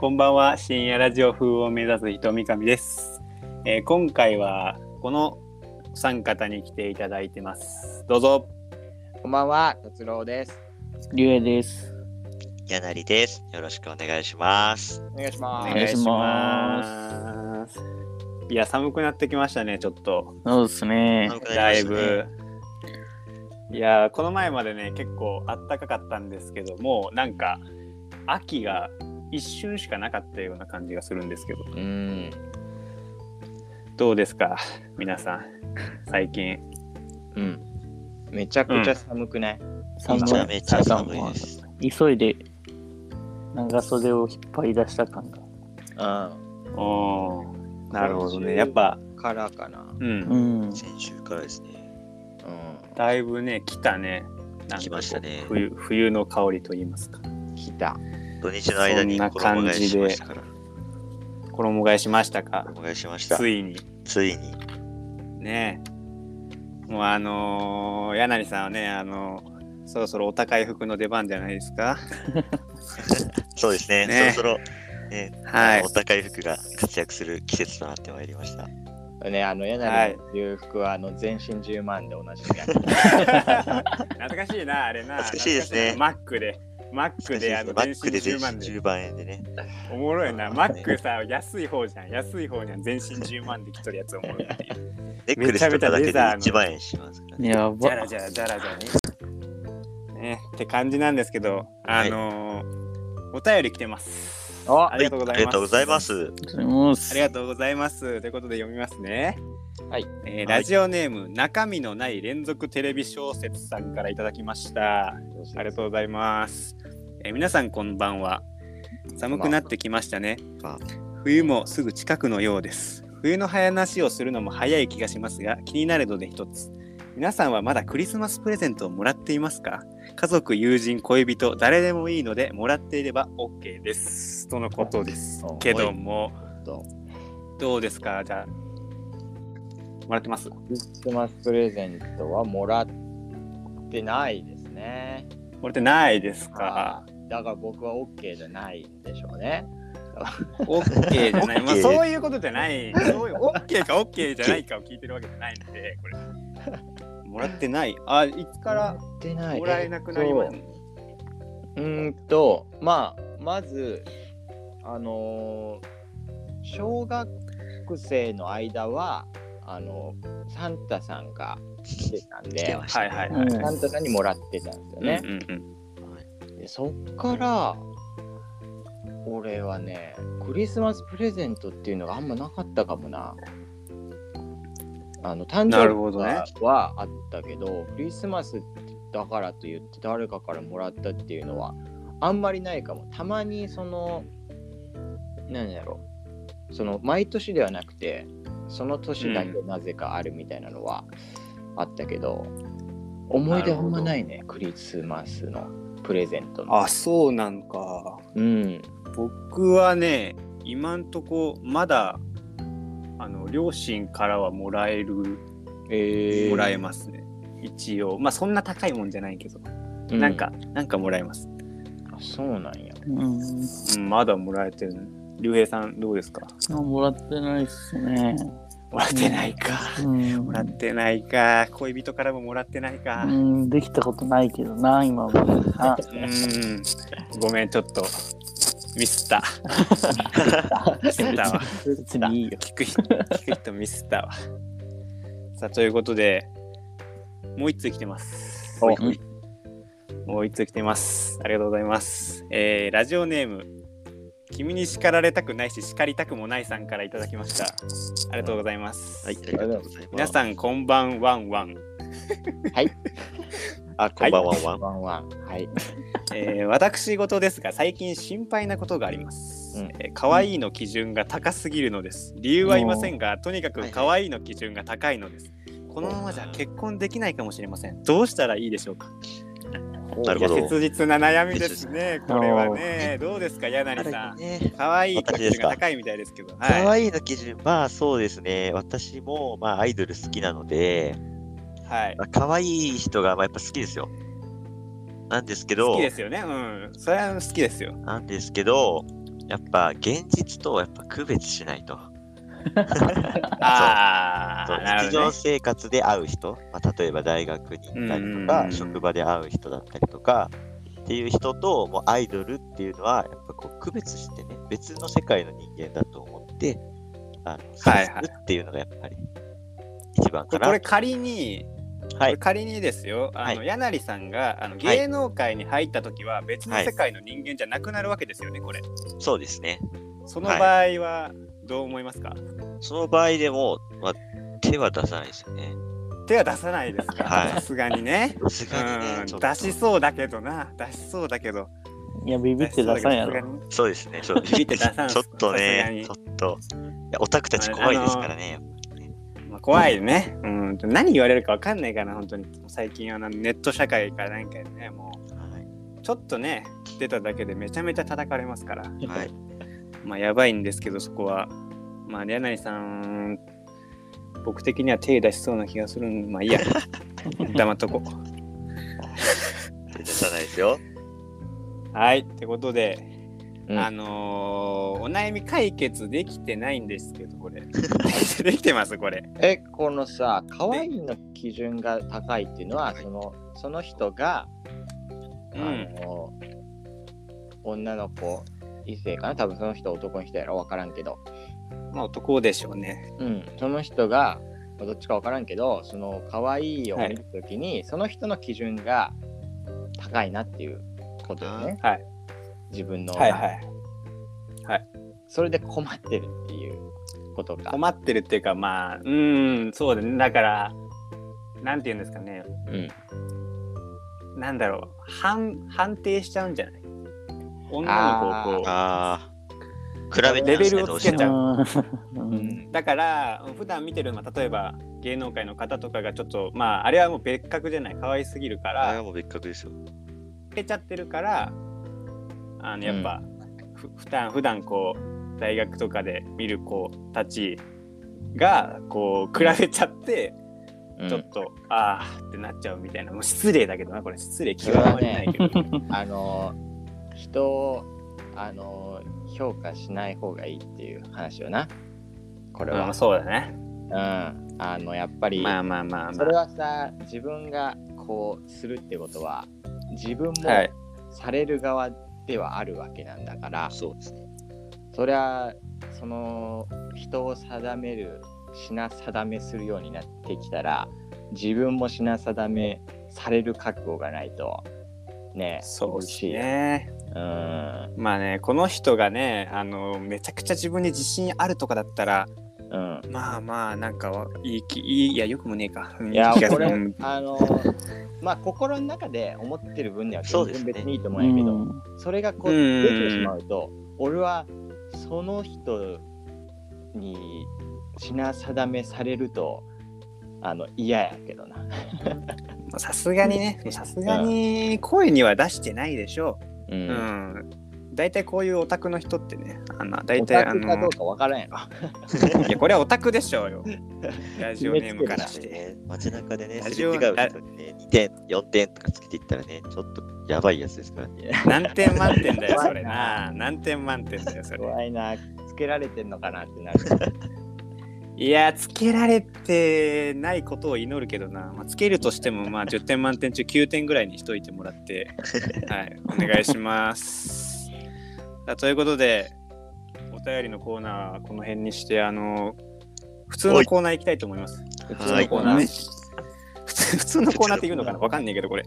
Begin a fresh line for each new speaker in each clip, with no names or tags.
こんばんは深夜ラジオ風を目指すひとみかみです、えー今回はこのお三方に来ていただいてますどうぞ
こんばんは、達郎です。
りゅうえです。
やなりです。よろしくお願いします。
お願いし
お
ます。
願いします
いや寒くなってきましたねちょっと
そうですね。
寒くな
だい
りましたね
ぶいやーこの前までね結構あったかかったんですけどもうなんか秋が一瞬しかなかったような感じがするんですけど
うん。
どうですか皆さん最近
うん。めちゃくちゃ寒くない、
寒い
めちゃめちゃ寒いです。
急いで長袖を引っ張り出した感が。
う
おーなるほどねやっぱ、
ん。からかな。
う、
うんん。
先週からですね。
う
だいぶね来たねなんかこう
来ましたね
冬冬の香りと言いますか
ん。来た。
土日の間に
そんな
衣
感
替え
じ
し
で
ましたから。
衣替えしましたか
衣替えしました。
ついに
ついに。
ねえもうあのー柳さんはねあのーそろそろお高い服の出番じゃないですか
そうですね。
ね
そろそろ、ね、
はい
お高い服が活躍する季節となってまいりました。
ね、あの、やなりの裕福は、あの、全身10万で同じみや。
懐かしいなあれな
懐かしいですね
懐かしなマックでマックであの
マ
全
ック
身
で全
10
身
万で
10万円でね。
おもろいな
はい
マックさ安い方じゃん安い方じゃん全身10万で来とるやつおもろいっていう
ネック
め
レスとかだけで
ちゃめちゃレザーの
1万円しますからね。
や
じゃ
ば
ら。じゃらじゃらじゃらねねって感じなんですけどあのーお便り来てます
お
ありがとうございます
ありがとうございます。
もう
ありがとうございます。ということで読みますね。
はい。
えーラジオネーム、中身のない連続テレビ小説さんからいただきました。ありがとうございます。えー皆さんこんばんは。寒くなってきましたね。
まあ
冬もすぐ近くのようです。冬の話をするのも早い気がしますが、気になるので一つ。皆さんはまだクリスマスプレゼントをもらっていますか家族、友人、恋人、誰でもいいので、もらっていれば OK です。とのことです
お。
けども、
と。
どうですかじゃあ。もらってますも
クリスマスプレゼントはもらってないですね。
らってないですか
はいだから僕は OK じゃないんでしょうね。
オッケーじゃない。まあ、
OK
そういうことじゃない。そういうオッケーかオッケーじゃないかを聞いてるわけじゃないんで、これ。もらってない。あ、いつから
でな
もらえなくなりま
えっ
す
とうーんとまあまずあのー小学生の間はあのサンタさんが来てたん
来て
で
ました
は
ね。
いはい
うん
は
サンタさんにもらってたんですよ
い。
ね
う、んうん
でそっから俺はねクリスマスプレゼントっていうのがあんまなかったかもなあの誕
な
生
るほ
日
どね
ははあったけどクリスマスだからと言って誰かからもらったっていうのはあんまりないかもたまにその何やろうその毎年ではなくてその年だけなぜかあるみたいなのはあったけど、思い出あんまないねクリスマスのプレゼント
うん。
の
あ、そうなんか。
うん
僕はね、今んとこまだ。あの両親からはもらえる、
え
もらえますね。一応、まあそんな高いもんじゃないけど、
う
なんかなんかもらえます。
あそうなんや
う
う
ん。
ん、まだもらえてる。竜兵さん、どうですか
あもらってないっすね。
もらってないか。
うん。
もらってないか。恋人からももらってないか。
う、
うん
できたことないけどな、今 は。あ
ーん。ごめん、ちょっと。ミスった。ミスったわ。
別にいいよ。
聞く人、聞く人ミスったわ。さあ、ということで、もう一通来てます。
お
もう一通来てます。ありがとうございます。えーラジオネーム、君に叱られたくないし、叱りたくもないさんからいただきました。ありがとうございます。
はい、ありがとうございます。
皆さん、こんばんワンワン。
あ
こんばん
は
はワン。
ワンワン はい
えー私事ですが最近心配なことがあります、
うん
えー可愛いの基準が高すぎるのです理由は言いませんがとにか
はいは
く
い
可愛いの基準が高いのです、このままじゃ結婚できないかもしれませんどうしたらいいでしょうか
なるほど
いや切実な悩みですねこれはねどうですか柳さん
ね、
可愛い基準が高いみたいですけど
可
は
愛いの基準、まあそうですね。私もまあアイドル好きなので、
い、はい、
まあ可愛い人がまあやっぱ好きですよ。なんですけど
好き、ですよねうんそれは好きですよ
なんですけど、やっぱ現実とはやっぱ区別しないと。
あ
そう
あ、なる
日
ほど
常
ね。
生活で会う人、まあ、例えば大学に行ったりとか、
うん
職場で会う人だったりとかっていう人ともうアイドルっていうのはやっぱこう区別してね別の世界の人間だと思ってあの接
はい
す
はい
るっていうのがやっぱり一番
こ
か
れ
な。
これ仮に、こ
は
れ
い、
仮にですよ、あの、
は
柳さんがあの芸能界に入った時は別の世界の人間じゃなくなるわけですよね、これ。
そうですね。
その場合はどう思いますか、
その場合でも、まあ、手は出さないですよね。
手は出さないですか
はい
さすがにね。
さすがにね、
う
ちょ
ん、
っと
出しそうだけどな、出しそうだけど。
いや、ビビって出さんや
出しそうだけどさすが
ろ。
に
そうですね。そう
ビビって出さん
ちょっと
さすが
ね
に、
ちょっと。いやオタクたち怖いですからね。
まあ、怖いね、うん。何言われるかわかんないから、本当に。最近はなネット社会からなんかね、も
は
う、ちょっとね、出ただけでめちゃめちゃ叩かれますから。
い。はい。
まあ、やばいんですけど、そこは。まあ、柳井さん、僕的には手出しそうな気がするんで、まあ、い いや。黙っとこう。
手出さないですよ。
はい、ってことで、
うん
あのーお悩み解決できてないんですけど、こ れ。できてます、これ。
えこのさ可愛いの基準が高いっていうのはそのその人が、
う
あ
ん。
の女の子異性かな多分その人男の人やろ分からんけど、
まあ、男でしょうね。
うん、その人がまあどっちか分からんけどその可愛いを見るときに、その人の基準が高いなっていうことよね
はい。
自分の、
はいはい。
それで困ってるっていうことか。
困ってるっていうかまあうーんそうだねだからなんて言うんですかね
うん
なんだろう反判定しちゃうんじゃない女の子をこ
ああ。比べて、ね、
レベルを
どう
つけ
して
ちゃう
も
う。
うん
うだから普段見てる、まあ、例えば芸能界の方とかがちょっとまああれはもう別格じゃない可愛すぎるか
あれは
ら
もう別格ですよ。
つけちゃってるからあのやっぱ、ふ普段普段こう大学とかで見る子たちがこう比べちゃって、
うん
ちょっと、ああってなっちゃうみたいな、もう失礼だけどな、これ失礼
そ
極
れは
ま
ね
りないけど。
あの人をあの評価しない方がいいっていう話よなこれ
ま
は
あ、そうだね。
うん、あのやっぱり、
まあまあまあ
そ
ま
れ
あ。
はさ自分がこうするってことは自
は
分も
い。
される側ではあるわけなんだから、
そうですね。
そりゃその人を定める品定めするようになってきたら自分も品定めされる覚悟がないとね
そうです
厳し
ね。
いうん
まあね、この人がね、あの、めちゃくちゃ自分に自信あるとかだったら、
うん
まあまあ、なんかわ、いい気、いい、いや、よくもねえか。うん
いや
気がする
これ
うん
あのまあ心の中で思ってる分には全
そうです
然
ね
別にいいと思
う
うんやけど、
ん
それがこう
うん
出てしまうと俺はその人に品定めされるとあの嫌やけどな
まあさすがにね、さすがに声には出してないでしょ
う
う。
ん
うん。大体こういうオタクの人ってね、あの、大
オ
体
タ
あ
クかど
の
う、かわからんやろ
いや、これはオタクでしょう よ。ラジオネームからして。
ね、街中でね、
ラ
す
ジ
れ違
オ
う人にね、2点、4点とかつけていったらね、ちょっとやばいやつですからね。
何点満点だよそれな何点満点だよそれ
怖いなつけられてんのかなってなる
いやつけられてないことを祈るけどな、まあ、つけるとしてもまあ10点満点中9点ぐらいにしといてもら ってはいお願いしますさあということでお便りのコーナーはこの辺にしてあの普通のコーナー行きたいと思います
普
普通
通
の
の
コ
コ
ーナ
ーナ
ー
ー、
ね普通普通のコーナーって言うのかなわかんないけどこれ、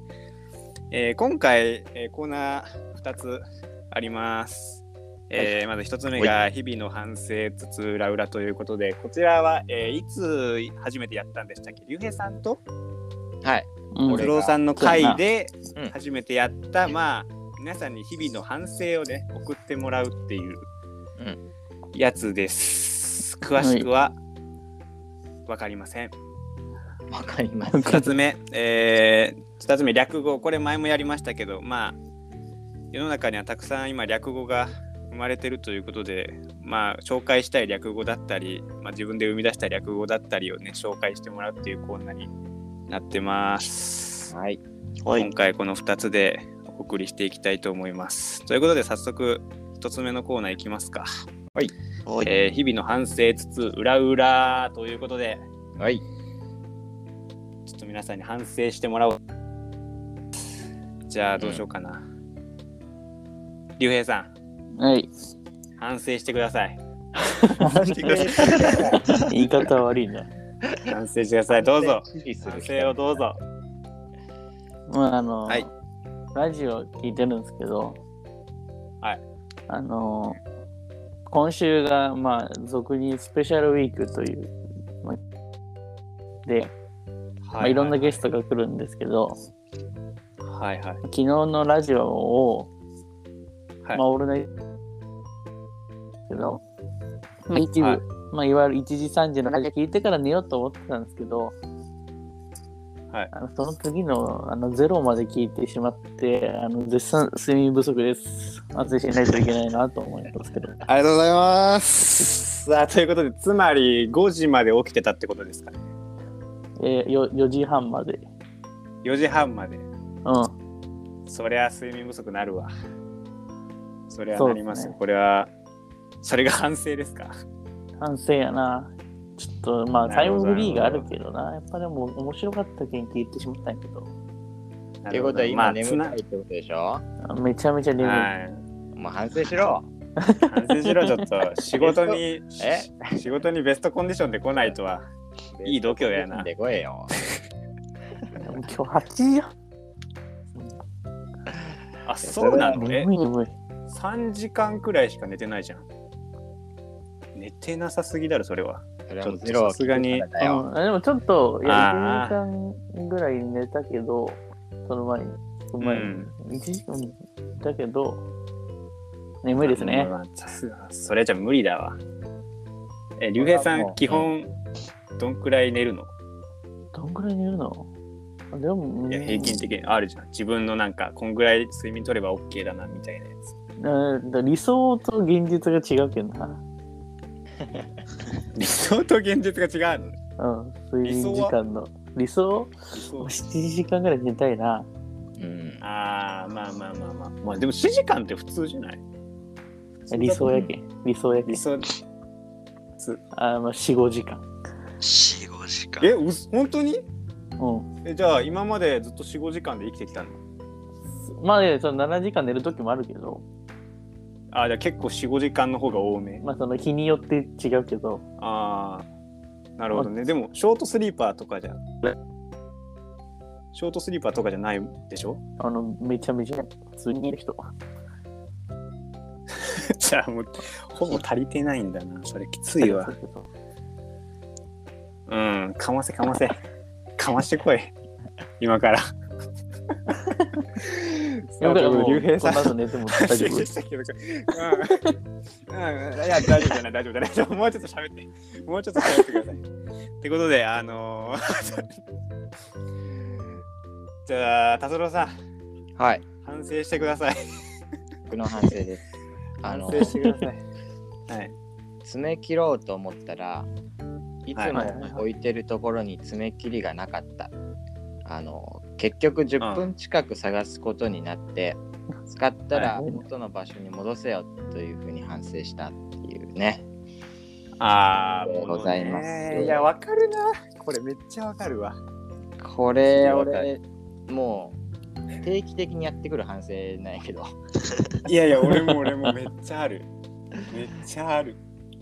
えー今回、えーコーナー2つあります、えーまず1つ目が日々の反省つつ裏裏ということでこちらは、えーいつ初めてやったんでしたっけ竜兵さんと
はい
うん
俺
不郎さんの回で
うん
初めてやった、まあ皆さんに日々の反省をね送ってもらうっていう
うん
やつです詳しくは分かりません
わかり ます
2つ目、えー、2つ目略語これ前もやりましたけどまあ世の中にはたくさん今略語が生まれてるということでまあ紹介したい略語だったり、まあ、自分で生み出した略語だったりをね紹介してもらうっていうコーナーになってます、
はい
はい
今。回この2つでお送りしていきたいと思いますということで早速一つ目のコーナーいきますか。
おい
えー日々の反省つつ裏裏ということで、
はい。
ちょっと皆さんに反省してもらおう。じゃあどうしようかな。竜兵さん、
はい。
反省してください。
言い方悪いな。
反省してください。どうぞ。。反省をどうぞ。
まあ、あの、
はい
ラジオ聞いてるんですけど、
はい。
あの、今週が、まあ、俗にスペシャルウィークという、まあで、まあ、いろんなゲストが来るんですけど、
はいはい。
昨日のラジオを、
はい
まあ、オールナイトけど、まあ、一部、
はい
いまあ、いわゆる1時3時のラジオ聞いてから寝ようと思ってたんですけど、
はい
あのその次のあのゼロまで聞いてしまってあの絶賛睡眠不足です反省しないといけないなと思いますけど
ありがとうございます。さあということでつまり5時まで起きてたってことですかね。
えー、よ4時半まで
4時半まで。
う
そりゃ睡眠不足なるわ。そりゃ
そう
な
で
り
すね
ますよ。これは、それが反省ですか。
ん反省やなちょっとまあ
な
タイ
るほ
ム
ど
フリーがあるけどなやっぱでも面白かった件聞いてしまったんやけど
な
って
る
こ
ほど
とは
ま
今
あつ
眠
な
たいってことでしょ
あめちゃめちゃ眠い、
はい。
まあ反省しろ。
反省しろ、ちょっと。仕事に、
え
仕事にベストコンディションで来ないとは。いい度胸やな
でこえよ。
でも今日8時半
あ、そうなのえ
眠い眠い。
3時間くらいしか寝てないじゃん。寝てなさすぎだろ、それは。
それはもうゼロは聞くからだよ。
うん、でもちょっと、い
あー
や、1時間ぐらい寝たけど、その前に、その前に、
うん
1時間だけど、眠いですね。
まあ。さすがそれじゃ無理だわ。え、竜兵さ
これはも
ん、
う
基本、どんくらい寝るの
どんぐらい寝るのあでも、
いや平均的にあるじゃん自分のなんかこんぐらい睡眠取れば OK だなみたいなやつ
えーだ理想と現実が違うけどな。
理想と現実が違うの
うん、睡眠時間の。理想
理想
?7 時間ぐらい寝たいな。
うん。
あーまあまあまあまあまあでも7時間って普通じゃない
理想やけん。理想やけん
理。想
あーまあ、4、5時間。
4、5時間。
えうそ本当に
うん。
えじゃあ今までずっと45時間で生きてきたの
まあ、いやその7時間寝るときもあるけど、
あーじゃあ結構45時間の方が多め
まあ、その日によって違うけど、
あーなるほどねでもショートスリーパーとかじゃショートスリーパーとかじゃないでしょ
あの、めちゃめちゃ普通にいる人。
じゃあもうほぼ足りてないんだなそれきついわうん、かませかませ。かましてこい。今から。
よくもう、
竜兵さん。
この後寝ても大丈
大丈夫
夫
で。したけど。うん。うん、いや、大丈夫じゃない、大丈夫じゃないちょっと。もうちょっと喋って。もうちょっと喋ってください。ってことで、あのー じゃあ、達郎さん、
はい。
反省してください。
僕の反省です。あ
反
の
省してください。はい。
詰め切ろうと思ったらいつ
はい
はいはい
も置いてるところに詰め切りがなかった。あの結局10分近く探すことになって、使ったら
はい
元の場所に戻せよというふうに反省したっていうね。
あ
ありがとうございます
いや、わかるな。これめっちゃわかるわ。
これ
了解
俺もう定期的にやってくる反省なんやけど
いやいや、俺も俺もめっちゃある。めっちゃある。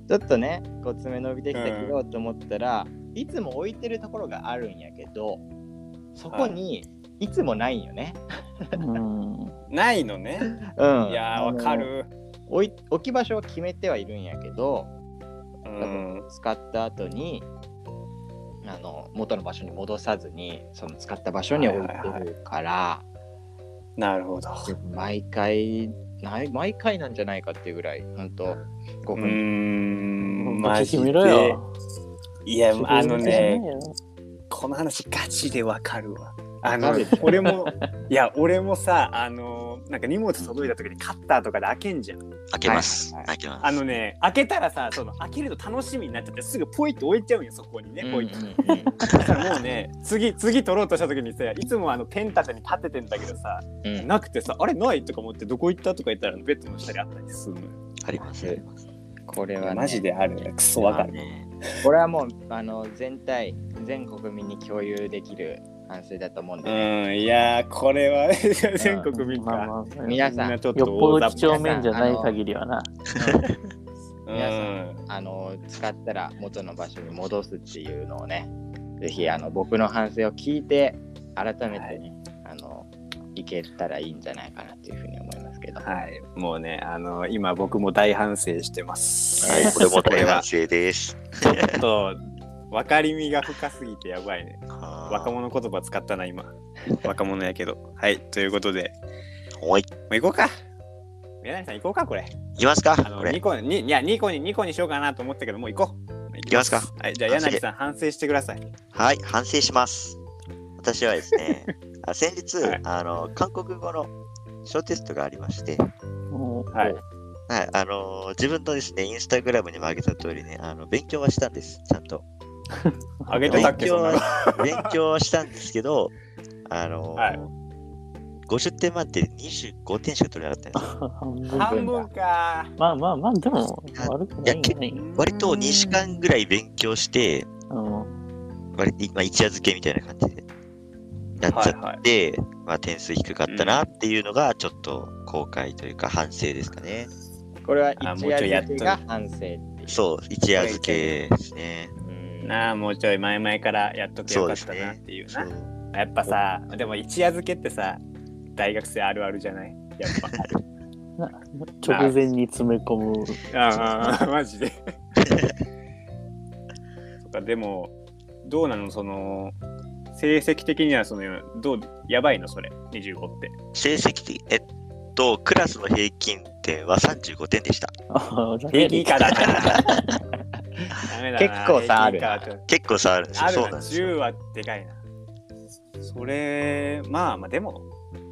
ちょっとねこう爪伸びてきたけどと思ったら、いつも置いてるところがあるんやけどそこにいつもないんよね。
うん。
ないのね。
うん
いやー、わかる。
置い置き場所は決めてはいるんやけど
うん。
使った後にあの元の場所に戻さずにその使った場所に置いてるから、
なるほど。
毎回ない毎回なんじゃないかっていうぐらい本当5
うー
分
ん。
マ
マ
ジ
ジ
決めろ
で。
よ。
いや、あのね、
決
この話ガチでわかるわ。あの
わかるでしょ、
俺も、いや、俺もさ、あの、なんか荷物届いた時にカッターとかで開けんじゃん
開けます。
はい
開けます。
あのね開けたらさその開けると楽しみになっちゃってすぐポイって置いちゃうんよそこにねポイって、そしたらもうね次次取ろうとした時にさいつもあのペン立てに立ててんだけどさ
うん
なくてさあれないとか思ってどこ行ったとか言ったらベッドの下にあったりするのよ
あります。あります
これは、ね、
マジであるねクソわかる
ね
これはもうあの全体全国民に共有できる反省だと思うんで、
うんいやーこれは全国民か、
まあまあ
皆さん
みちょっ
よっぽ
大
ど
雑
几
把
帳面じゃない限りはな。
皆さ
うん
あの使ったら元の場所に戻すっていうのをねぜひあの僕の反省を聞いて改めてね、あのいけたらいいんじゃないかなっていうふうに思いますけど、
はい、もうね、あの、今僕も大反省してます。
はい、これも大反省です。
これはちょっと、分かりみが深すぎてやばいね。若
若
者言葉使ったな、今。若者やけど。はい、ということで、
おい、
もう行こうか。宮崎さん行こうか、これ。
いきますか
あの、
こ
2
れ。
個に、いや、2個に、2個にしようかなと思ったけど、もう行こう。行
きますか
はい、じゃあ
反省
柳さん反省してください。
はい、反省します。私はで すね、あ先日、
はい
あの、韓国語の小テストがありまして、
もう
はい。
はい、あのー自分のですね、インスタグラムにも上げた通りね、あの、勉強はしたんです、ちゃんと。
あげて
勉
たっけ、
強
そんなの。
は、 勉強はしたんですけど、あのー、
はい
50点満点で25点しか取れなかったんですよ。
半分
は
半分か。
まあまあまあ、でも悪くないんじゃない
割と2時間ぐらい勉強して、
うん
割とまあ、一夜漬けみたいな感じでなっちゃ
はいは
って、まあ、点数低かったなっていうのが、ちょっと後悔というか反省ですかね。
これは
あ
一
もうちょいやっ
夜
と
漬けが反省っていう
そう、一夜漬けですね。
うん
なあ、もうちょい前々からやっとけよかったなっていう
そ
な。
う
やっぱさ、でも一夜漬けってさ、大学生あるあるじゃないやっ ぱ。
直前に詰め込む。
ああ、マジで。 そっか、でも、どうなのその、成績的には、その、どう、やばいのそれ、25って。
成績的、えっと、クラスの平均点は35点でした。
ああ
平均以下だな。ダメだな
結構差ある
平
な
均以下
結構差あるんですよ。
ある
そう
な、
なんですよ。
10はでかいな。それ、まあまあ、でも、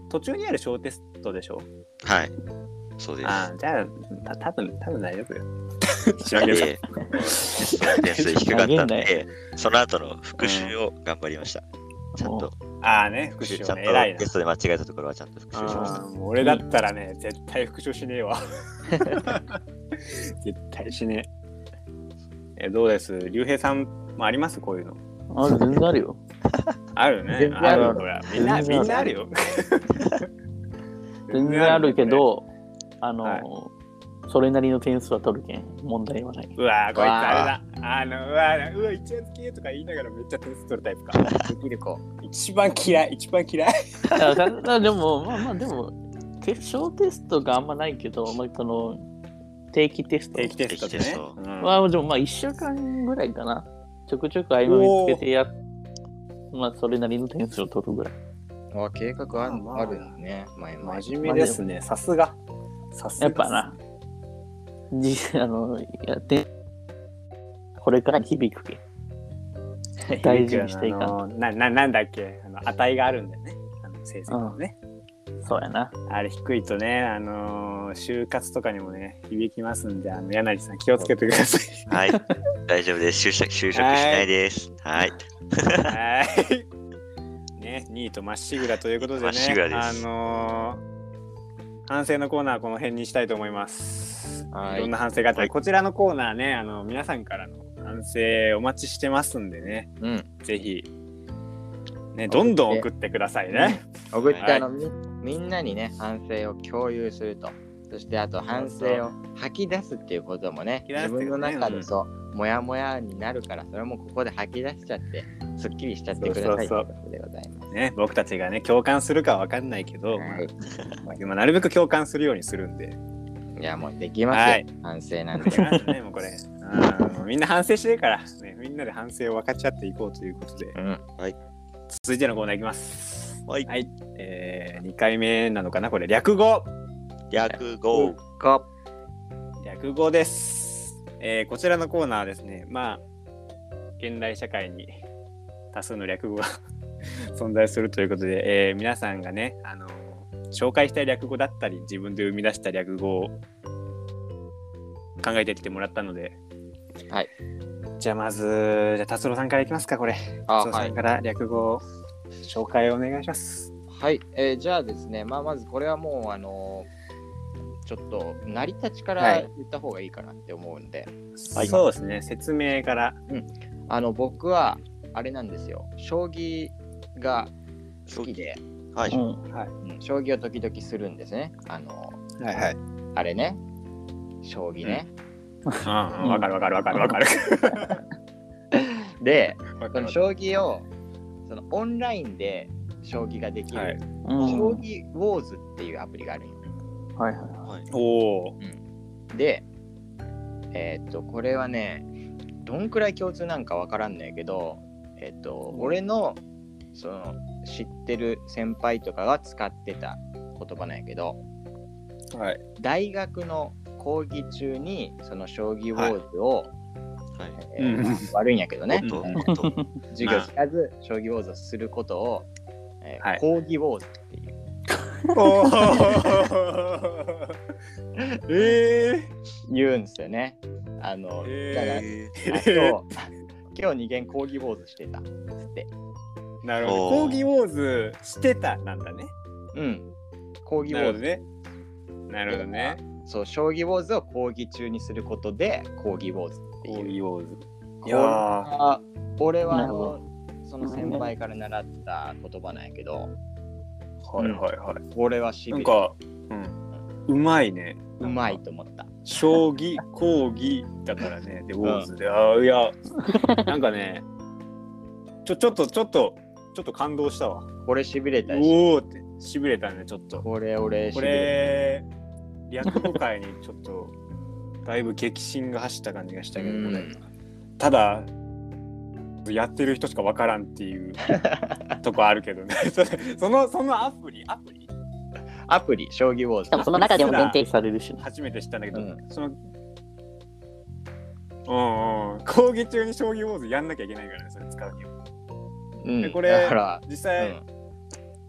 途中にある小テストでしょ
はい。そうです。
ああ、じゃあ、た多分多分大丈夫よ。調べる
で、点数低かったんで、その後の復習を頑張りました。ちゃんと、
ああね、復
復習
習
ちゃん
ね、
と
偉いな
テ。ストで間違えたところはちゃんと復習しました
あ。ーもう俺だったらね、絶対復唱しねえわ。 絶対しねえ。え、どうです竜兵さんもありますこういうの。
ある全然あるよ。
あるね
全。然
あ
ある
るほら。みんな、
全然ある
みんなあるよ。
全然あるけ
よね。
ど、あの、
はい
それなりの点数は取るけん、問題は ない。
うわーこいつあれだ。あの、うわーうわ、一夜漬けとか言いながらめっちゃ点数取るタイプか。
できる子
一番嫌い、一番嫌い。
だからだからでも、まあまあ、でも、決勝テストがあんまないけど、まあ、その定期テスト
定期テストって
定期テス
ね
ト。
うん
は、でもまあ1週間ぐらいかな。ちょくちょく合間見つけてやっまあ、それなりの点数を取るぐらい。
あ計画あ,、
まあまあ
あるんだね前々
真面目ですね。さすが。さすが。
やっぱな。、じ あの、やって、これから響く け。大事にしていかん
あのなななんだっけあの値があるんだよねあの成績のね、
そうやな。
あれ低いとねあのー就活とかにもね響きますんであの柳さん気をつけてください
はい。大丈夫です。就職、就職しないです。はい。
はいね2位とまっしぐらということでね
まっしぐらです
あのー反省のコーナーはこの辺にしたいと思います
はい
いろんな反省があったり、
はい
こちらのコーナーねあの皆さんからの反省お待ちしてますんでね
うん
ぜひねどんどん送ってくださいね、
送って、
はい
あのみみんなにね反省を共有するとそしてあと反省を吐き出すっていうこともね
吐き出す
自
ってことね
分の中でそう、モヤモヤになるからそれもここで吐き出しちゃってすっきりしちゃってください
そうそうそう
ということでございます
ね、僕たちがね共感するかは分かんないけど、
はい
まあでもなるべく共感するようにするんで、
いやもうできますよ、
はい
反省なん
でき
て
ます ね、もうこれうんみんな反省してるから、ね、みんなで反省を分かち合っていこう ということで
うん
続いてのコーナーいきます
はい
はい、え2回目なのかなこれ略語
略語。
こ
略語です、えーこちらのコーナーはですねまあ現代社会に 多数の略語が存在するということで、えー皆さんがねあの紹介したい略語だったり自分で生み出した略語を考えてきてもらったので
はい
じゃあまずじゃあ達郎さんからいきますかこれ
あ
達郎さんから略語を紹介をお願いします
はい、えーじゃあですね、まあ、まずこれはもう、あのーちょっと成り立ちか
は
ら
い
言った方がいいかなって思うんで、
はい
そうですね説明から
あの僕はあれなんですよ将棋が好きで、
はい。
う
はい。
ん。
うん将棋を時々するんですねあの
はいはい
あれね将棋ね、
うんうんわかるわかるわかるわかる
で
わ
そ
かる
の将棋をそのオンラインで将棋ができる、
はい
うん
将棋ウォーズっていうアプリがあるんよ
はいは
はい
おお
でえーっとこれはねどんくらい共通なんかわからんねんけどえーっと俺のその知ってる先輩とかが使ってた言葉なんやけど
はい
大学の講義中にその将棋ウォーズを、
はい
えー
うん
まあ悪いんやけどね
おっと、
うん
おっと
授業知らず将棋ウォーズをすることを、えー
はい
講義ウォーズっていう
おー え
言うんですよね。あの
へー
だから
えー
あ今日 今日二限講義ウォーズしてたっつって。
ー、なるほど。
おー
講義ウォーズしてたなんだね。
うん。講義ウ
なるほ
ォー
ど
ズ、
ね。なるほどね。
そう、将棋ウォーズを講義中にすることで、講義ウォーズっていう。
ウォーズ。
こ
いや
れ
ー
は俺はあ
なるほ
のその先輩から習った言葉なんやけど、
はいはいはい。
俺はし
な
び
ん
れ
か、うん、うまいね。
うまいと思った。
将棋、講義だからね。で、ウォーズで。ああ、いや、なんかね、ちょ、ちょっと、ちょっと、ちょっと感動したわ。
これしびれたし、
おおって、しびれたね、ちょっと。
これ俺し
こ
びれ
れ、略語界にちょっ と、だいぶ激震が走った感じがした
た
けど、これ
う。ん
ただやってる人しかわからんって いうとこあるけどね そそのそのアプリアプリ
アプリ、将棋ウォーズ
しか。もその中でも限定
い。されるしね。
初めて知ったんだけど、
うん
そのうんうん講義中に将棋ウォーズやんなきゃいけないからねそれ使うには
うん、
これ
だから、
実
う
際
ん、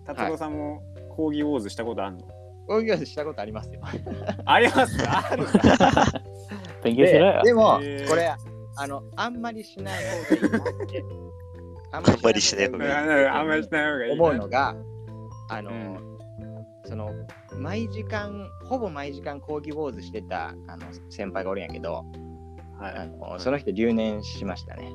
達郎さんも講義ウォーズしたことあるの、
講義ウォーズしたことありますよ。
あります あるか
勉強しろ
で
よ。
でも
へ、ー
これ、あの、あんまりしない方がいい なって。あん
まりしない方
う
がいい
んあんまりしない方がいい
思うのが、あの、
うん
その毎時間ほぼ毎時間講義坊主してたあの先輩がおるんやけど、
はい
あのその人留年しました ね。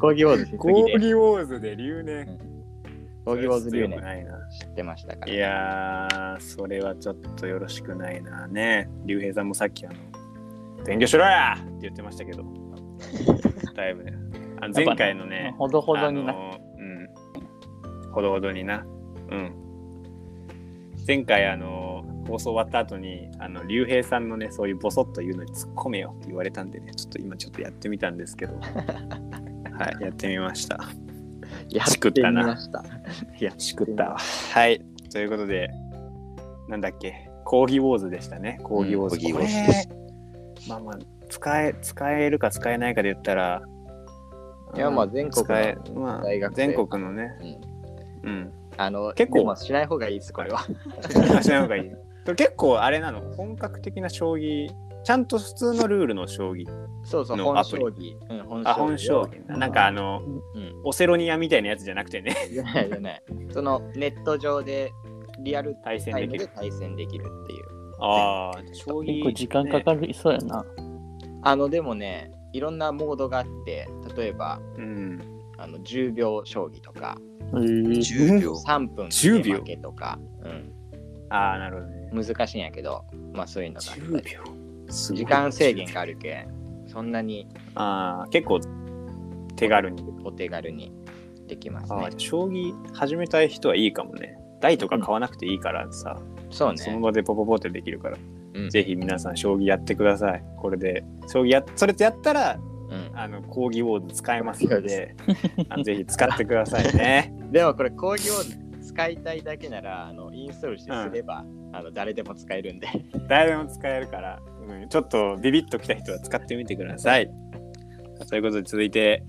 講義坊主しすぎ
講義ウ
で
ォーズで留年
講義坊主留
それは強く
年
ないな
してましたか
い
ら。
やー、それはちょっとよろしくないな。ね竜兵さんもさっき、あの、勉強しろやって言ってましたけど、だいぶね。あの前回のね、
ほどほどに
あ
な。
のうん。ほどほどにな。うん。前回、あの、放送終わった後に、あの、竜兵さんのね、そういうボソッと言うのに突っ込めよって言われたんでね、ちょっと今ちょっとやってみたんですけ ど、はい、やってみました。
や
しくったな
ってみました。
いや、しくったわ。はい。ということで、なんだっけ、講義ウォーズでしたね。講義ウォーズ。
うん講義
こ
ウォー
れ
ズです
まあまあ、使え、使えるか使えないかで言ったら、
いや
うん
まあ全国の
使え、まあ
大学、生
全国のね、
うん
うん。
あの
結構
でもしない方がいいですこれは。
しない方 がいい。それ結構あれなの、本格的な将棋、ちゃんと普通のルールの将棋。
そうそう
の
本
アプ
将
リ
棋。うん本
あ、本将棋な。なんかあの、
うん
オセロニアみたいなやつじゃなくてね、
じゃないじゃない。そのネット上でリアル
対戦
タイ
でき
ムで
る。
対戦できるっていう。
ああ、将棋、
結構時間かかるそうやな。
あのでもね、いろんなモードがあって、例えば
ね。うん。
あの10秒将棋とか、
えー
10秒。
3分
10秒
負けとか、
ああ、なるほどね。
うん、難しいんやけど、まあそういうのがあったり。
10秒すごい
時間制限があるけん、そんなに
ああ結構手軽に
お手軽にできます
あ
ね
ー。将棋始めたい人はいいかもね台とか買わなくていいからさ、
そう
その
ね。
場でポポポってできるから、
うん
ぜひ皆さん将棋やってくださいこれで将棋やそれとやったら
うん
あの講義ウォーズ使えます
そ
の
う
で
で
あのぜひ使ってくださいね
でもこれ工業使いたいだけならあのインストールしてすれば、あの誰でも使えるんで。
誰でも使えるから、うんちょっとビビッときた人は使ってみてくださいということで続いて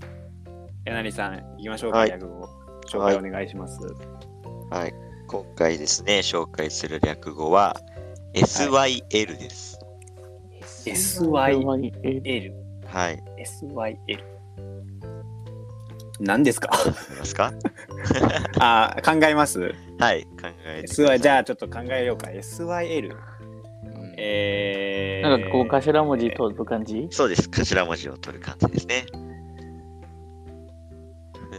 えなりさんいきましょうか、
はい
略語紹介お願いします。
はい。今回ですね、紹介する略語は SYL です。
SYL。
はい。
SYL。何ですか
いますか
あー考えます
はい。考えてくだ
S
さ
y
い
じゃあちょっと考えようか。SYL。
うん
えー、
なんかこう頭文字取る感じ
そうです。頭文字を取る感じですね。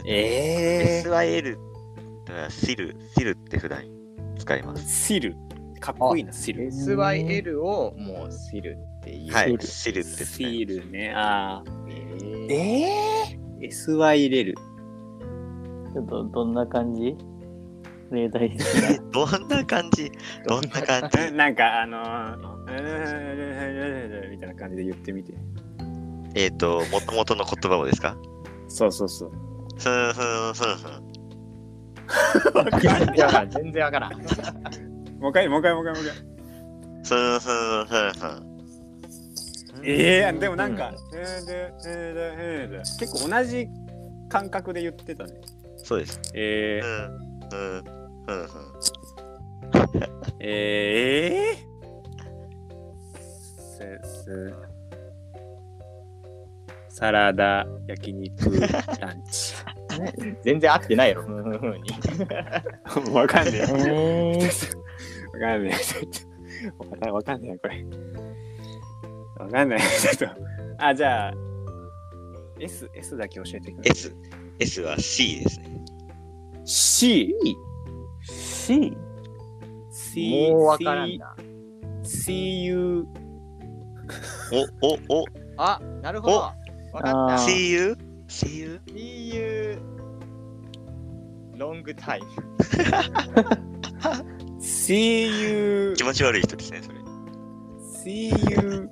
えー、
SYL はシル、シルって普段使います。
シル。かっこいいな、シル。
SYL をもうシルって言う。
は
シ
い、
ル
シルって使い
シルね。ああ。
えー
えー、SYL。
ちょっとどんな感じ例題的
ますどんな感じどんな感じ
なんかあのーうーんみたいな感じで言ってみて。
えっ、と、もともとの言葉をですか
そうそうそう。
ふんふんふんふん。
いや全然わからん。
もう一回、もう一回、もう一回、もう一回。
ふんふんふんふん。
ええー、でもなんか、うーんでうーんでうーんで結構同じ感覚で言ってたね。
そうです。
え
ふ
ー、
んふんふんふん。
えー、すすサラダ、焼肉、ランチ。
全然合ってないよ。ふんふんふんに
わかんねえ。
な。えー、
わかんない。ちょっと。わかんない、これ。わかんない。ちょっと。あ、じゃあ、S、S だけ教えてください。
S、S は C ですね。
C、
C?
C、
もうわからんな。
C、C、U、
お、お、お、
あ、なるほど。わか
あ
った。
ー
See you? See you?
See you long time.
C、U、
気持ち悪い人ですね、それ。
See you.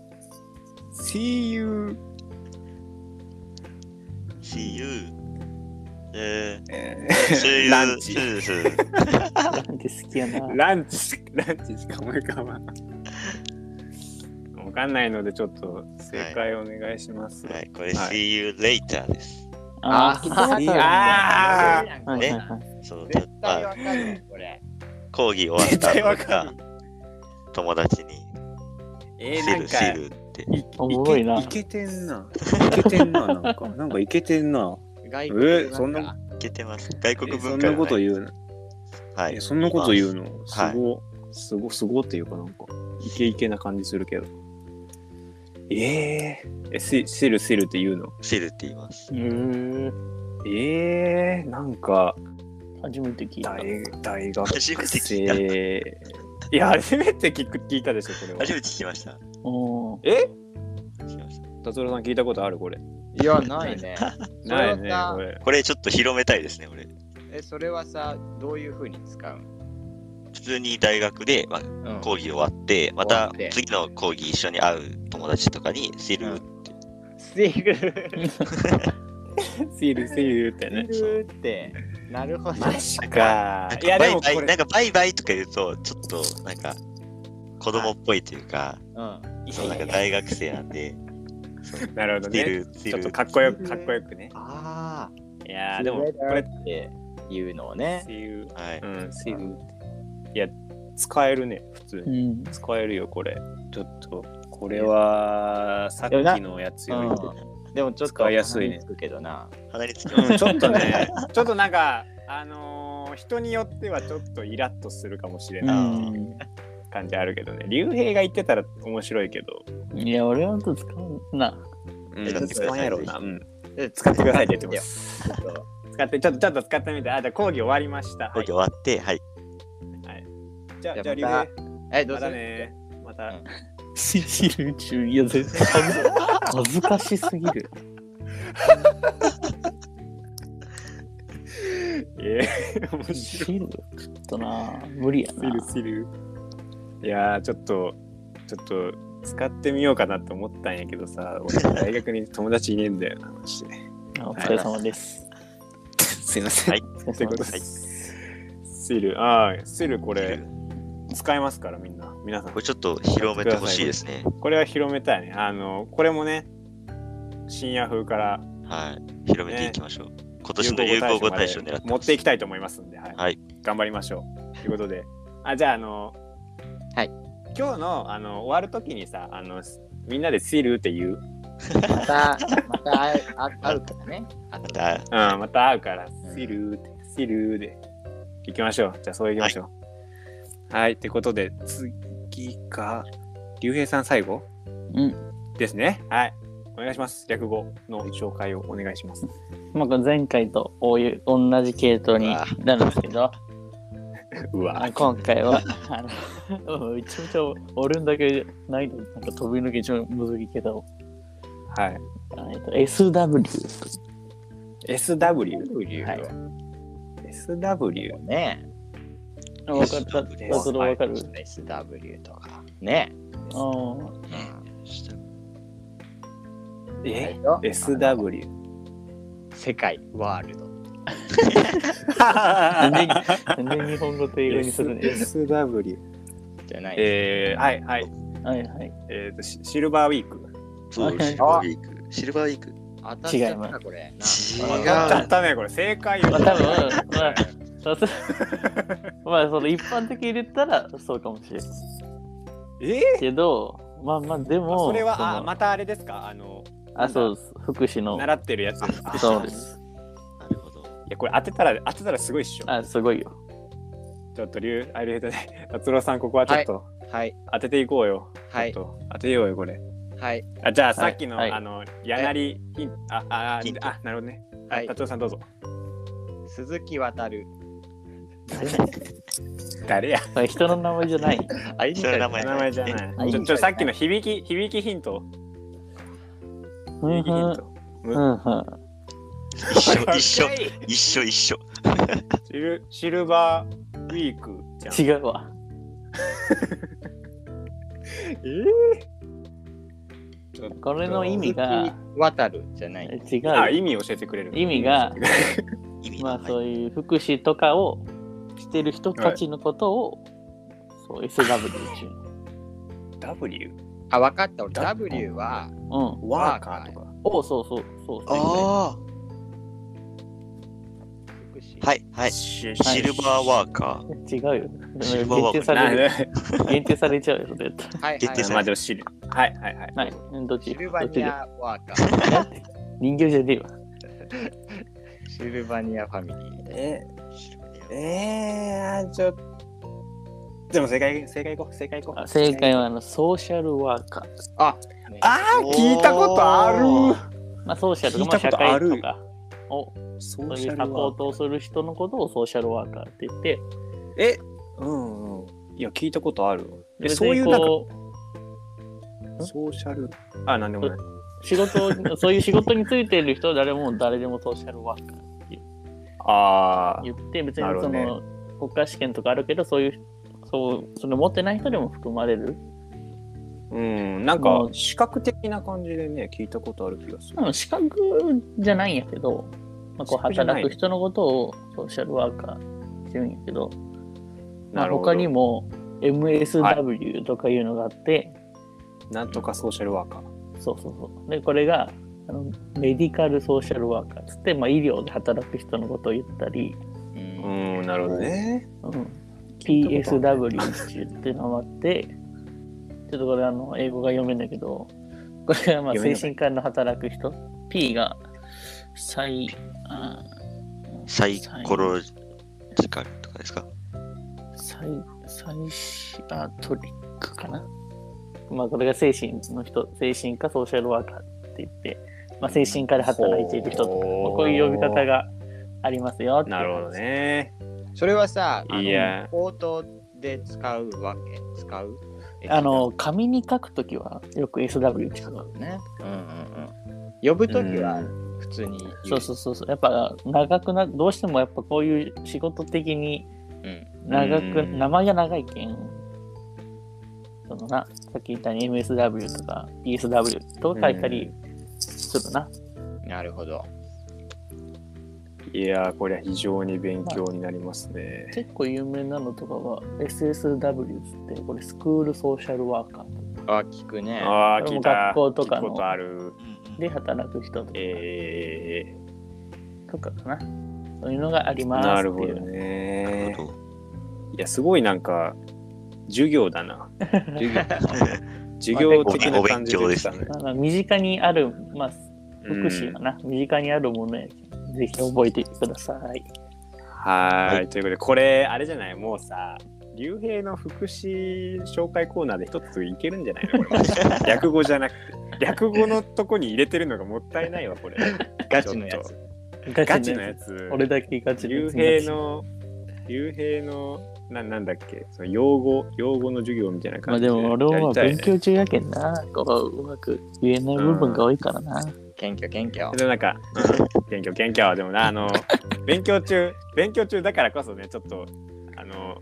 See you.
See you. えー、See you.
ランチ。
ふんふん
なんて好きやな。
ランチしか、ランチしか思い浮かばん。わかんないので、ちょっと正解お願いします。
はい、これ
はい
See you later です。
あー、聞いたことあるな。
あー
はいはいはい
その
絶対
ま
わ
あ、
かるわこれ。
講義終わ
絶
った
対わ
後
か
か
る。
友達に
えー、
シル
な
シ
んか。
ルって。
おもろいな。
いけいけてんな。いけてんな、なんか。 なんかいけてんな。
外
え
国
ーそんな
聞けてます。外
え
国
そ
文
ん
化
なこと
う。
言うの。
は
え
い。
そんなこと言うの。す
はい
ご、すご、すごっていうか、なんか、イケイケな感じするけど。えー、え、シシル、シルって言うの。
シルって言います。
うーん
えー、なんか
初めて聞いた。
大大学
初めて聞いた
生いや初めて聞く聞いたでしょこれ
初
は
めて聞きました。
おー
え
聞きました
達郎さん聞いたことあるこれ
いや、ないね。
な
ないいね
ねこれ
これちょっと広めたいですね、俺。
え、それはさ、どういう風に使う
普通に大学で、まあ、
の
講義終わって、ま
終わ
た
って
次の講義一緒に会う友達とかにシル って。
うん。See you
シールシールってね
See you って。なるほど。
確か
なん
いや
かバ
でも
イ
こ
バイ、な
れ
んかバイバイとか言うと、ちょっとなんか子供っぽいというか、
うん。
そうなんか大学生なんで、
なるほど
シ
ね
ル、シ
ちょっ
ル
と。かっこよくかっこよくね
あ
いや
あ
ーでもこれ
っていうのをね
シ。ール
はい。
うんシールっていや使えるね普通
う
に
ん。
使えるよこれちょっとこれはさっきのやつより
うんでもちょっと
使いやすいね
鼻につくけどな。
鼻につきます。
うんちょっとね、ちょっとなんか、あのー人によってはちょっとイラッとするかもしれ
う
ない
ん
感じあるけどね、竜兵が言ってたら面白いけど、
いや、俺はと使うな。
うん
使ってください
やろうな、うん
使。
ってくださいって言ってます
ちょっと
使って、ちょっとちょっと使ってみて、あ、じゃあ講義終わりました。
講
はい
義、終わって、はい。
じゃあ、じ
じ
ゃあ
ゃあ
竜
また
兵、
え、どう
ますた
る
ね。また、
うん
シル中、いや、全然恥ず恥ずかしすぎる。
えー、 面
シ
白い。
ルちょっとな、無理や
シル
な。
シル。いやー、ちょっと、ちょっと、使ってみようかなと思ったんやけどさ、俺大学に友達いねえんだよな、マジで。
あお疲れ様です。
すいません。
はい
お
っ
疲
て
れ
こ
様
と
で。
ですす。シル、ああ、シルこれ使えますからみんな、皆さん
こ。れちょっと広めてほしいですね。
これは広めたいね。あの、これもね、深夜風から
はい。広めていきましょう。今年の流行語大賞狙って
持
ま
って
す
いきたいと思いますんで、はい
はい
頑張りましょう。ということで、あじゃあ、あの、
はい
今日のあの終わるときにさあの、みんなでシールって言う、うん、
また、また会えあ会うからね。あ
また
また会うから、シールって、シールで行きましょう。じゃあ、そう行きましょう。はい、ということで、次が、竜兵さん最後
うん。
ですね。はい。お願いします。略語の紹介をお願いします。
まあ、これ前回とおゆ同じ系統になるんですけど、
うわ
あ今回は、 あの、 めちゃめちゃ俺んだけないと、なんか飛び抜けちゃむずいけど、
はい。
あえっと SW。
SW。
はい。
SW。
ね
わかった。
SW
わかるわかる。
SW とか。ね
あー
え
あの
?SW。
世界、ワールド。
なんで日本語と英語にするね。
SW。
じゃないで
えー、はいはい。
はいはい。
えっ、とシ、シルバーウィーク。
そうシルバーウィークシルバーウィーク
す。当たっちゃ
違います
たこれ。
違う
わかっちゃったね、これ。正解 よ。
まあ多分、まあ、さすまあその一般的に入れたらそうかもしれない
え
けど、まあまあで
ー、
も、
それは、あ、
その
またあれですかあの、
あ、そうです。福祉の。
習ってるやつ。あ
そうです。
なるほど
いや、これ当てたら、当てたらすごいっしょ。
あ、すごいよ。
ちょっと、リュウ、あれだね。達郎さん、ここはちょっと、
はい。
当てていこうよ。
はい
ち。ょっと当てようよ、これ。
はい。
あじゃあ、さっきの、
はい
あの、やなり、ヒンあ、あ、あ
ヒン、ト
あなるほどね。は、
はいい
達郎さん、どうぞ。
鈴木渡る。
誰や
まあ人の名前じ ゃない。
あ、いい
人の名前
名前じゃない。
はい
ちょちょさっきの響き、響きヒント。
う
響
ん
きヒン
ん。
ト。
うんうん。
一緒一緒
高い
一緒一緒
シルシルバーウィークじゃん。
違うわ。
え
これの意味が、
渡るじゃない。
違
ーあ、
う。
意味教えてくれる。
意味が
教えてくれる
意味
まあ
のない
そういう福祉とかをしてる人たちのことを、そう SW 中。
W、
あ、わかった。俺、
だ
W は、
うん。
ワーカーとか。
おそうそうそう。
あ
福祉
あはいはい
シ
シルバーワーカ
違うよ。
シルバーワー
限定
ク
さ
なん
れる。
で
限定されちゃうよ、それって。
はい
決
は
定
い
さ
ま
は
あ
い。
でもシル。はいはいはい。
はい。どっち
シルバニアワーカー。
人形じゃねえわ。
シルバニアファミリーで。
え
ーシルバーウィーク
えー、ちょっでも正解、正解いこう、正解いこう。
あ正解はあのソーシャルワーカー。
あ、
あー、聞いたことあ
お
る。
まあソーシャル
聞
と
い
かま
たこ
あ社
とあ
会
る
とかを
ソ
そういうサポートをする人のことをソーシャルワーカーって言って、
えうんうん。いや、聞いたことある。え、
別
そうい
に
うなんか、
こううん
ソーシャル。あ、なんでもない。
仕事をそういう仕事についてる人は誰も誰でもソーシャルワーカーって
あ
言って別に
なるほ
そ
どね
の、国家試験とかあるけどそういうそうそれ持ってない人でも含まれる。
うん、なん
も
か、
う
視覚的な感じでね、聞いたことある気がする。
うん資格じゃないんやけど、まあ、こ
資
う
格じゃない
働く人のことをソーシャルワーカーって言うんやけど。ま
な
あ、
るほど。
他にも MSW とかいうのがあって、
なんとかソーシャルワーカー。
そうそうそうでこれがあのメディカルソーシャルワーカーっつって、まあ、医療で働く人のことを言ったり、
うん。
うん、なるほどね。
うん、
聞いたこと
PSW っていうのもあってちょっとこれあの英語が読めないけどこれがまあ
読めな
精
い
神科の働く人 P がサイあー
サイコロジカルとかですか
サイサイシアトリックかな。まあ、これが精神の人、精神科ソーシャルワーカーって言って、まあ、精神科で働いている人とか、
ほう
まあこういう呼び方がありますよっていう
なるほど。ね。
それはさ、あ
いや
の、口頭で使うわけ使う
あの、紙に書くときはよく SW って書く。
ね。うんうんうん。呼ぶときは
う
普通に言う。
そうそうそうそう。やっぱ長くな、どうしてもやっぱこういう仕事的に
うん。
長く、
うん
名前が長いけん、そのな、さっき言ったように MSW とか PSW と書いたりするな。
なるほど。
いやー、これは非常に勉強になりますね。
結構有名なのとかは SSW っつってこれスクールソーシャルワーカー
あ、聞くね。
ああ、
これ
聞
も
いた。
学校とか
聞
の
いたことある。
で働く人とか、
え
とかかな。そういうのがありますっていう。
なるほど
なる
ね
ほ。ど。
いや、すごいなんか、授業だな。
授業
授業的な感じでしたね。
まあまあ身近にある、まあ、
うん
福祉はな、身近にあるものやけんぜひ覚えてください。
はーい、、
はい
ということで、これ、あれじゃない、もうさ、竜兵の福祉紹介コーナーで一ついけるんじゃないの これ略語じゃなくて、略語のとこに入れてるのがもったいないわ、これ。
ガチのや
ち
つ
ょっと。ガ
ガ
チのやつ。
俺だけガチの
竜
やつ
兵の、竜兵の、ななんだっけ、その用語、用語の授業みたいな
まあ
感じ
で
で。
も俺はまあ
やり
勉
たいね
強中やけんな、こううまく言えない部分が多いからな。
謙虚謙虚
でもなんか、謙虚謙虚でもな、あの、勉強中、勉強中だからこそね、ちょっと、あの、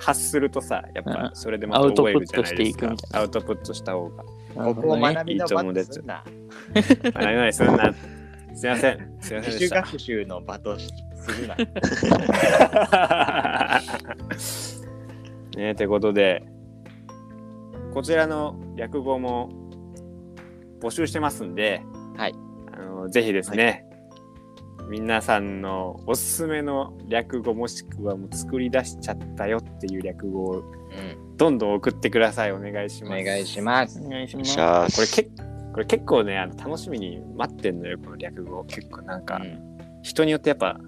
発するとさ、やっぱ
う
それでまた覚えるじゃないですか。
アウトプットしていくみたい
ア
な
ウトプットした方が。
こ
なるほ
こ
ど
を
ね
学びの場とすん
あ
な
なになにすんな。すいません。すいません
自
で
主
した。
学習の場とするな
ねえ、てことで、こちらの略語も募集してますんで、
はい
あのぜひですね、皆さんのおすすめの略語もしくはもう作り出しちゃったよっていう略語を
うん
どんどん送ってください。お願いし
お
ます。
願いします
お願いし
お願
ます
いし。ます
これけこれ結構ねあの楽しみに待ってんのよこの略語結構なんか、
うん
人によってやっぱ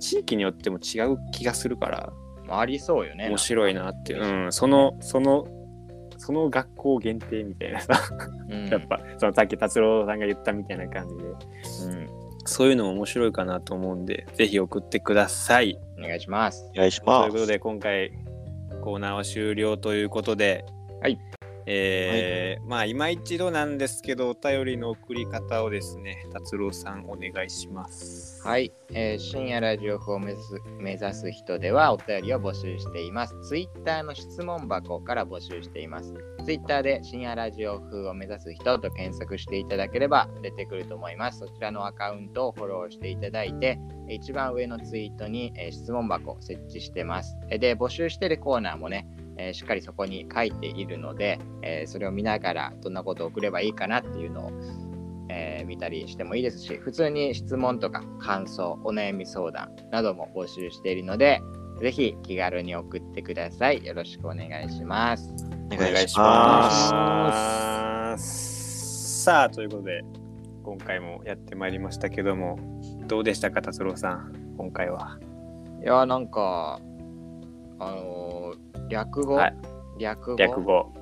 地域によっても違う気がするから
ありそうよね
面白いなって、うん、そのそのその学校限定みたいなさ、
うん
やっぱそのさっき達郎さんが言ったみたいな感じで
うん
そういうのも面白いかなと思うんでぜひ送ってください。
お願いします
お願いし
と
ま
いうこと
す。
で今回コーナーは終了ということで、
はい
えーまあ今一度なんですけどお便りの送り方をですね達郎さんお願いします。
はい、えー深夜ラジオ風を目指す目指す人ではお便りを募集しています。ツイッターの質問箱から募集しています。ツイッターで深夜ラジオ風を目指す人と検索していただければ出てくると思います。そちらのアカウントをフォローしていただいて、えー一番上のツイートに、えー質問箱を設置してます。えーで、募集してるコーナーもね、えーしっかりそこに書いているので、えーそれを見ながらどんなことを送ればいいかなっていうのをえー見たりしてもいいですし普通に質問とか感想お悩み相談なども募集しているのでぜひ気軽に送ってくださいよろしくお願いします
お
お願
願
い
い
し
し
ます
ます。
さあということで今回もやってまいりましたけどもどうでしたか達郎さん今回は。
いやーなんかあのー略語、
はい
略語
略語。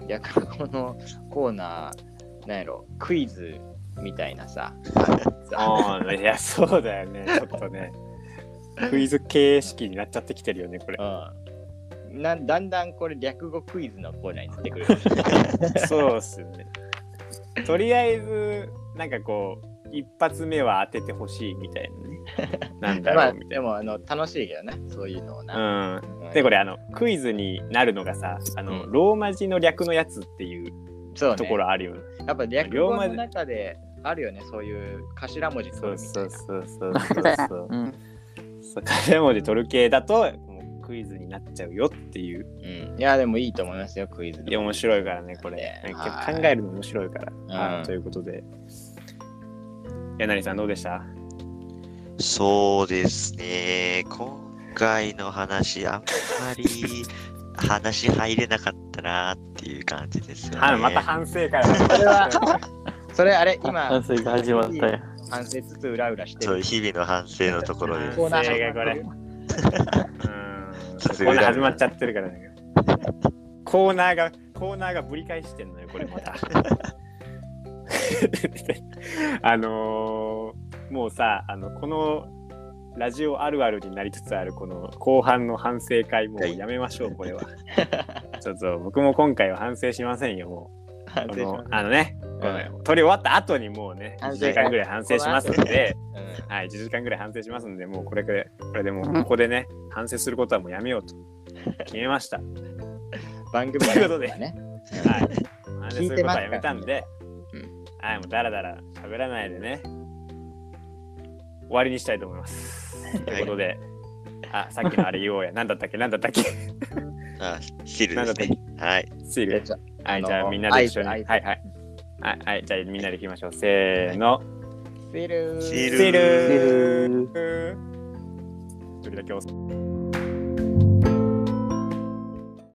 うん、略語のコーナーなんやろクイズみたいなさ
あ あいやそうだよねちょっとねクイズ形式になっちゃってきてるよねこれ。
うんなだんだんこれ略語クイズのコーナーになってくる
そうっすね。とりあえず、なんかこう、一発目は当ててほしいみたいなね。なんだ
ま
ろ
あ
うみたい
でもあの楽しいけどねそういうのをな、
な。うん。
うん
で、これ、あの、クイズになるのがさ、あの、
うん
ローマ字の略のやつっていう
そうね
ところあるよね。
やっぱ略語の中であるよね、そういう頭文字
そ
取
う
るみ
そ
たいうな。
そうそうそうそう。
うん
そう金文字取る系だと、もうクイズになっちゃうよっていう。
うん、いや、でもいいと思いますよ、クイズ
い
で
や、
も。
面白いからね、これ。
ね
結
はい
構考えるの面白いから。
う
は
ん
い。ということで。柳さん、どうでした
そうですね。今回の話、あんま り話入れなかったなっていう感じですよね。
はまた反省会だ。
それは、それあれ、
反
今、
省が始まったよ。
反省つつ、うらうらして
そう
る。
日々の反省のところです
コーナー
反省がこれ
始ま
うんコーナー始まっちゃってるからね。コーナーが、コーナーがぶり返してんのよ、これまた。 あのーもうさ、あの、この、ラジオあるあるになりつつあるこの後半の反省会もうやめましょうこれはちょっと僕も今回は反省しませんよも
反
う
省
こ
し
の
ます
あのね
うん
この撮り終わった後にもうね1
反省
時
会
間ぐらい反省しますんで
うん
はい、1時間ぐらい反省しますんで、もうこれくらい、これでもうここでね、反省することはもうやめようと決めました。はい、
番組
ということで
ね。
反省することはやめたんで、
聞いて
はい、もうだらだら喋らないでね、終わりにしたいと思います。ということで、あ、さっきのあれ言おうや、なんだったっけ、なんだったっけ、
あシルですね。はい。
シー
じゃあ
ル。はい、
じゃあの
じゃあみんなで一緒に、は
合
い
図
はい。はい、はい、じゃあみんなで行きましょう。せーの、
あル
シー
シー
ル
ルどれだけお